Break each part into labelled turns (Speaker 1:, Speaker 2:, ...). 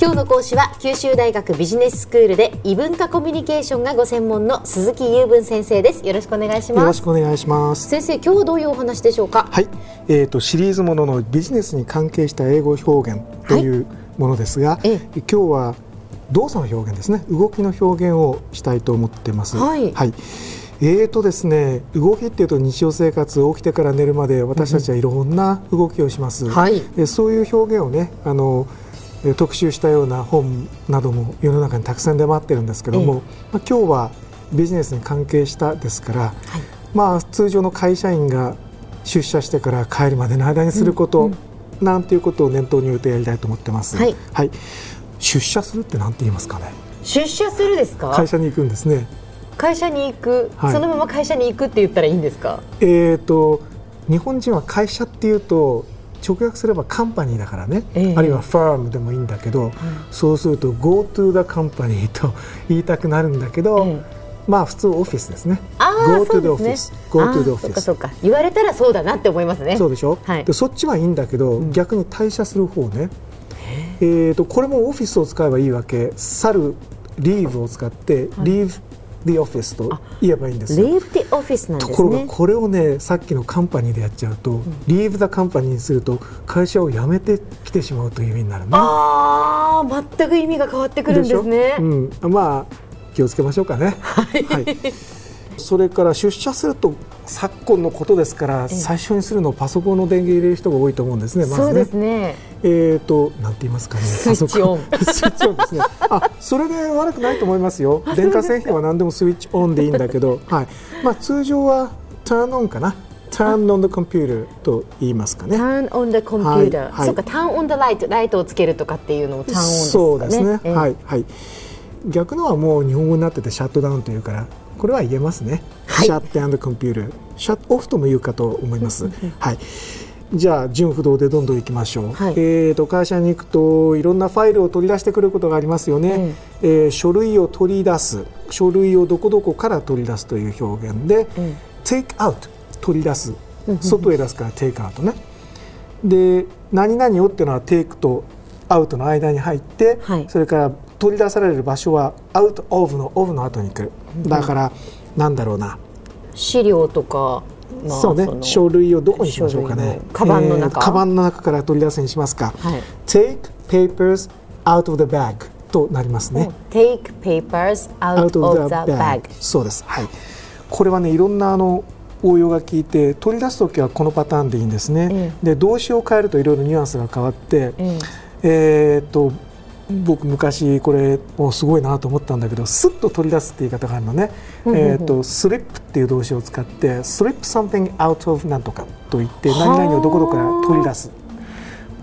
Speaker 1: 今日の講師は九州大学ビジネススクールで異文化コミュニケーションがご専門の鈴木雄文先生ですよろしくお願いし
Speaker 2: よ
Speaker 1: ま
Speaker 2: ろ
Speaker 1: す
Speaker 2: しくお願いします。
Speaker 1: 先生今日はどういうお話でしょうか
Speaker 2: はい、えー、とシリーズもののビジネスに関係した英語表現というものですが、
Speaker 1: ええ
Speaker 2: 今日は動作の表現ですね動きの表現をしたいと思ってます。
Speaker 1: はい
Speaker 2: えーとですね、動きっていうと日常生活起きてから寝るまで私たちはいろんな動きをします、
Speaker 1: はい
Speaker 2: でそういう表現をねあのえ特集したような本なども世の中にたくさん出回ってるんですけども、まあ、今日はビジネスに関係したですから、まあ、通常の会社員が出社してから帰るまでの間にすること、なんていうことを念頭に置いてやりたいと思ってます、
Speaker 1: はい
Speaker 2: 出社するってなんて言いますかね
Speaker 1: 出社するですか
Speaker 2: 会社に行くんですね
Speaker 1: 会社に行く、
Speaker 2: はい
Speaker 1: そのまま会社に行くって言ったらいいんですか
Speaker 2: えー、と日本人は会社っていうと直訳すればカンパニーだからね、
Speaker 1: ええ
Speaker 2: あるいはファームでもいいんだけど、そうすると Go to the company と言いたくなるんだけど、
Speaker 1: え
Speaker 2: まあ普通オフィスですね
Speaker 1: ああ
Speaker 2: Go
Speaker 1: そ
Speaker 2: to
Speaker 1: う
Speaker 2: the
Speaker 1: です
Speaker 2: office
Speaker 1: ね
Speaker 2: Go to the
Speaker 1: あーそっかそ
Speaker 2: office
Speaker 1: っか言われたらそうだなって思いますね
Speaker 2: そうでしょ、
Speaker 1: はい
Speaker 2: でそっちはいいんだけど、逆に退社する方ね、えー、とこれもオフィスを使えばいいわけ去る leave を使って、leave the office と言えばいいんですよ。
Speaker 1: レイティオフィスなんで
Speaker 2: と
Speaker 1: すね
Speaker 2: ころがこれをねさっきのカンパニーでやっちゃうと、リーブ・ザ・カンパニーにすると会社を辞めてきてしまうという意味になるね。
Speaker 1: ああ全く意味が変わってくるんですね
Speaker 2: でしょうん、まあ気をつけましょうかね。はい、それから出社すると昨今のことですから、最初にするのをパソコンの電源入れる人が多いと思うんですね。まず
Speaker 1: そう
Speaker 2: ね
Speaker 1: ですね
Speaker 2: えー、と、なんて言いますかね、
Speaker 1: スイッチオン
Speaker 2: パソコ スイッチオンですね。あ、それで悪くないと思いますよ。電化製品は何でもスイッチオンでいいんだけど、はい。まあ通常はターンオンかな。ターンオンのコンピューターと言いますかね。
Speaker 1: Turn on the computer、
Speaker 2: はいはい
Speaker 1: そうか Turn on the light ライトをつけるとかっていうのも Turn on ですかね
Speaker 2: そうですね。
Speaker 1: ええ
Speaker 2: はいはい。逆のはもう日本語になっててシャットダウンというから、これは言えますね。シャットアンドコンピュータ、シャットオフとも言うかと思います。はい。じゃあ順不動でどんどん行きましょう、
Speaker 1: はい
Speaker 2: えー、と会社に行くといろんなファイルを取り出してくることがありますよね、えー書類を取り出す書類をどこどこから取り出すという表現で、take out 取り出す外へ出すから take out ねで何々をっていうのはテイクとアウトの間に入って、
Speaker 1: はい
Speaker 2: それから取り出される場所はアウトオブのオブの後に来るだから、なんだろうな、
Speaker 1: 資料とか、まあ
Speaker 2: そうね
Speaker 1: その
Speaker 2: 書類をどこにしましょうか
Speaker 1: 書類の
Speaker 2: ね
Speaker 1: カバンの中
Speaker 2: えーカバンの中から取り出すにしますか、
Speaker 1: はい
Speaker 2: Take papers out of the bag となりますね、
Speaker 1: Take papers out of
Speaker 2: out
Speaker 1: the
Speaker 2: of the
Speaker 1: bag
Speaker 2: bag そうですはいこれはねいろんなあの応用が効いて取り出す時はこのパターンでいいんですね、
Speaker 1: え
Speaker 2: で動詞を変えるといろいろニュアンスが変わって、
Speaker 1: え
Speaker 2: えーっと僕昔これおすごいなと思ったんだけどスッと取り出すって言い方があるのね、えーっとスリップっていう動詞を使ってスリップ something out of なんとかと言って何々をどこどこから取り出す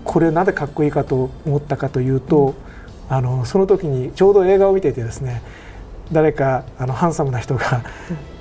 Speaker 2: これなぜかっこいいかと思ったかというと、あのその時にちょうど映画を見ていてですね誰かあのハンサムな人が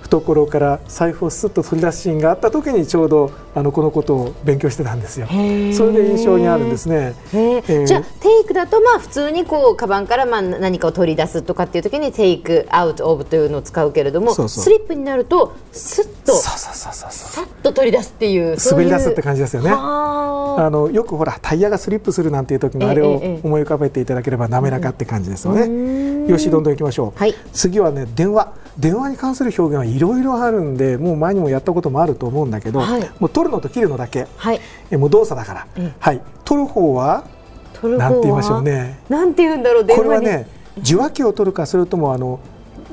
Speaker 2: 懐から財布をスッと取り出すシーンがあった時にちょうどあのこのことを勉強してたんですよ。そ
Speaker 1: へー
Speaker 2: れで印象にあるんですね。
Speaker 1: へえ
Speaker 2: えー
Speaker 1: じゃあ Take だとまあ普通にこうカバンからまあ何かを取り出すとかっていう時に Take out of というのを使うけれども
Speaker 2: そうそう
Speaker 1: スリップになるとスッと
Speaker 2: そうそうそうそうそ
Speaker 1: さ
Speaker 2: う
Speaker 1: っと取り出すっていう
Speaker 2: 滑り出すって感じですよね
Speaker 1: あ
Speaker 2: あのよくほらタイヤがスリップするなんていう時
Speaker 1: ええ
Speaker 2: のあれ
Speaker 1: ええ
Speaker 2: を
Speaker 1: ええ
Speaker 2: 思い浮かべていただければ滑らかって感じですよね。よしどんどん行きましょう、
Speaker 1: はい
Speaker 2: 次はね電話電話に関する表現はいろいろあるんでもう前にもやったこともあると思うんだけど、
Speaker 1: はい
Speaker 2: もう取るのと切るのだけ、
Speaker 1: はい
Speaker 2: えもう動作だから、はい、取る方は
Speaker 1: 取る
Speaker 2: な
Speaker 1: 方は
Speaker 2: んて言いましょうね
Speaker 1: なんて言うんだろう電
Speaker 2: こ
Speaker 1: 話
Speaker 2: れ
Speaker 1: に
Speaker 2: はね受話器を取るかそれともあの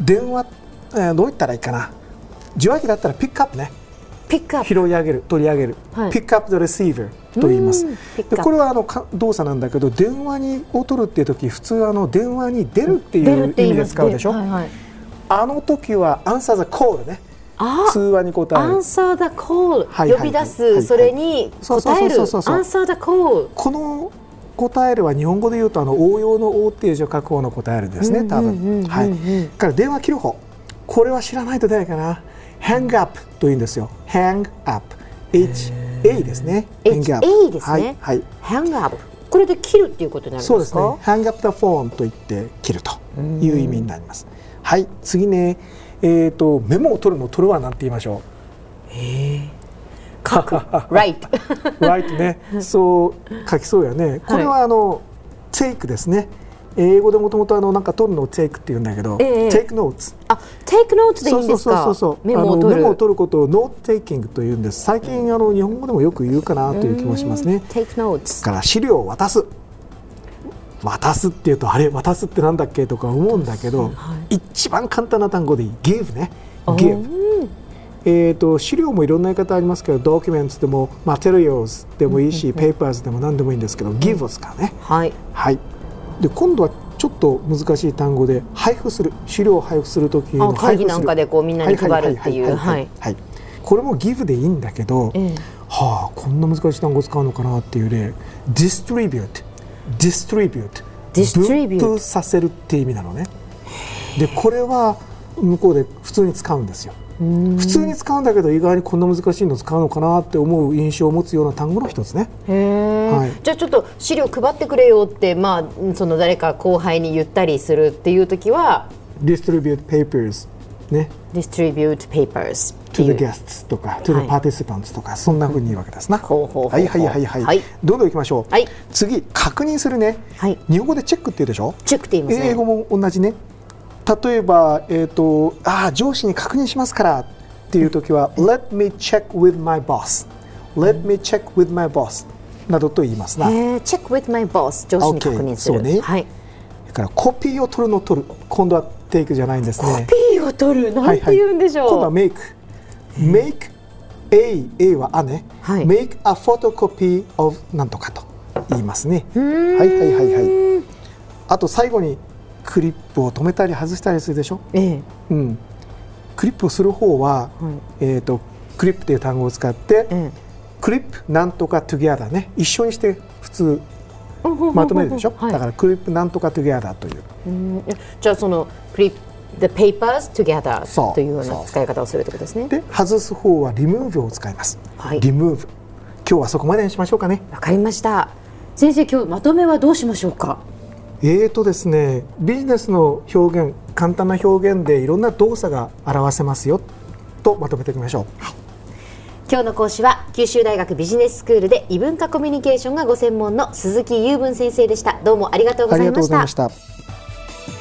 Speaker 2: 電話、えーどう言ったらいいかな受話器だったらピックアップね。
Speaker 1: ピックアップ
Speaker 2: 拾い上げる取り上げる、
Speaker 1: はい
Speaker 2: ピックアップ・ザ・レシーバーと言います
Speaker 1: うんピックアップ
Speaker 2: でこれはあのか動作なんだけど電話にを取るっていう時普通あの電話に出るってい
Speaker 1: 出るっ
Speaker 2: う
Speaker 1: て
Speaker 2: 意
Speaker 1: 言い
Speaker 2: 味
Speaker 1: ま
Speaker 2: です使うでしょ、
Speaker 1: はいはい
Speaker 2: あの時はアンサー・ザ・コールね
Speaker 1: あ
Speaker 2: 通話に答え
Speaker 1: ア
Speaker 2: る
Speaker 1: ンサーダコール、
Speaker 2: はいはい
Speaker 1: 呼び出す、
Speaker 2: はいはい
Speaker 1: それに
Speaker 2: そうそう
Speaker 1: 答
Speaker 2: そ
Speaker 1: え
Speaker 2: う
Speaker 1: るア
Speaker 2: そ
Speaker 1: ン
Speaker 2: うそうそう
Speaker 1: サーダコール
Speaker 2: この答えるは日本語で言うとあの応用の O っていう字を書く方の答えるですね多分はいから電話切る方これは知らないと出ないかな Hang up と言うんですよ Hang up HA ですね Hang up
Speaker 1: HA ですね
Speaker 2: はい、はい
Speaker 1: ハングアップこれで切るっていうことになるんです
Speaker 2: そ
Speaker 1: か
Speaker 2: うですね。hang up the phone と言って切るという意味になります。はい、次ね、えっ、とメモを取るの取るはなんて言いましょ
Speaker 1: 書く right
Speaker 2: う。right ね、そう書きそうやね。これはあの、take ですね。英語でもともとあのなんか取るのを take って言うんだけど、
Speaker 1: ええ
Speaker 2: take notes
Speaker 1: あ、take notes でいいんですか。
Speaker 2: そうそうそうそう
Speaker 1: メモ
Speaker 2: あ
Speaker 1: を
Speaker 2: の
Speaker 1: 取
Speaker 2: メ
Speaker 1: る。
Speaker 2: モを取ることを note taking というんです最近あの日本語でもよく言うかなという気もしますね
Speaker 1: take notes。
Speaker 2: から資料を渡す渡すっていうとあれ渡すってなんだっけとか思うんだけど、一番簡単な単語でいい give ね give えー、と資料もいろんな言い方ありますけど documents でも materials でもいいし、papers でも何でもいいんですけど give を使うね
Speaker 1: はい。
Speaker 2: はいで今度はちょっと難しい単語で配布する資料を配布する時
Speaker 1: あ
Speaker 2: の
Speaker 1: 会
Speaker 2: 配布する
Speaker 1: 議なんかでこうみんなに配るっていう
Speaker 2: ははははいはいこれも give でいいんだけど、
Speaker 1: ええ
Speaker 2: はあこんな難しい単語使うのかなっていう例 distribute distribute
Speaker 1: distribute
Speaker 2: 分布させるって意味なのねでこれは向こうで普通に使うんですよ普通に使うんだけど意外にこんな難しいの使うのかなって思う印象を持つような単語の一つね
Speaker 1: へえ、
Speaker 2: はい
Speaker 1: じゃあちょっと資料配ってくれよってまあその誰か後輩に言ったりするっていう時は
Speaker 2: distribute papers ね
Speaker 1: distribute papers って
Speaker 2: to
Speaker 1: い
Speaker 2: the
Speaker 1: う。
Speaker 2: guests とか to
Speaker 1: はい
Speaker 2: the participants とか、そんな風に言うわけですな。
Speaker 1: ほうほうほうほう
Speaker 2: はいはいはいはい。
Speaker 1: はい
Speaker 2: どんどん行きましょう。
Speaker 1: はい
Speaker 2: 次確認するね、
Speaker 1: はい
Speaker 2: 日本語でチェックって言うでしょ。
Speaker 1: チェックって言いますね
Speaker 2: 英語も同じね。例えばえっ、とあー上司に確認しますからっていう時は Let me check with my boss。Let me check with my boss などと言いますな。
Speaker 1: えー、check with my boss 上司に確認する。
Speaker 2: Okay そうね
Speaker 1: はい。
Speaker 2: だからコピーを取るの取る。今度はテイクじゃないんですね。
Speaker 1: P を取るなんて言うんでしょう。
Speaker 2: 今度はメイク。メイク A A はあね。
Speaker 1: はい
Speaker 2: メイク a photocopy of なんとかと言いますね。はいはいはいはい。あと最後にクリップを止めたり外したりするでしょ。
Speaker 1: ええ
Speaker 2: うん。クリップをする方は、えっ、とクリップという単語を使って、
Speaker 1: ええ
Speaker 2: クリップなんとか together ね一緒にして普通まとめるでしょ。
Speaker 1: はい
Speaker 2: だからクリップなんとか together という。
Speaker 1: じゃあそのクリ the papers together
Speaker 2: そう
Speaker 1: というような
Speaker 2: そう
Speaker 1: 使い方をするってことですね。
Speaker 2: で外す方はリムーブを使います。
Speaker 1: はい
Speaker 2: リムーブ。今日はそこまでにしましょうかね。
Speaker 1: わかりました。先生今日まとめはどうしましょうか。
Speaker 2: えーとですね、ビジネスの表現簡単な表現でいろんな動作が表せますよとまとめていきましょう、
Speaker 1: 今日の講師は九州大学ビジネススクールで異文化コミュニケーションがご専門の鈴木雄文先生でした。どうもありがとうご
Speaker 2: あ
Speaker 1: ざ
Speaker 2: り
Speaker 1: い
Speaker 2: がとう
Speaker 1: ま
Speaker 2: ご
Speaker 1: し
Speaker 2: ざい
Speaker 1: た
Speaker 2: まし。た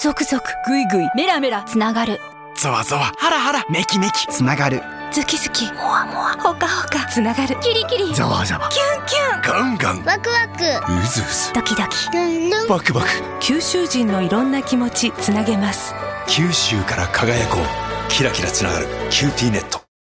Speaker 3: ゾクゾクグイグイメラメラつながる
Speaker 4: ゾワゾワハラハラメキメキつながる
Speaker 3: ズキズキモワモワほかほかつながるキリキリ
Speaker 4: ザワザワキュンキュンガンガンワクワクウズウズ
Speaker 3: ドキドキ
Speaker 4: バクバク
Speaker 3: 九州人のいろんな気持ちつなげます
Speaker 4: 九州から輝こうキラキラつながる「キューティーネット」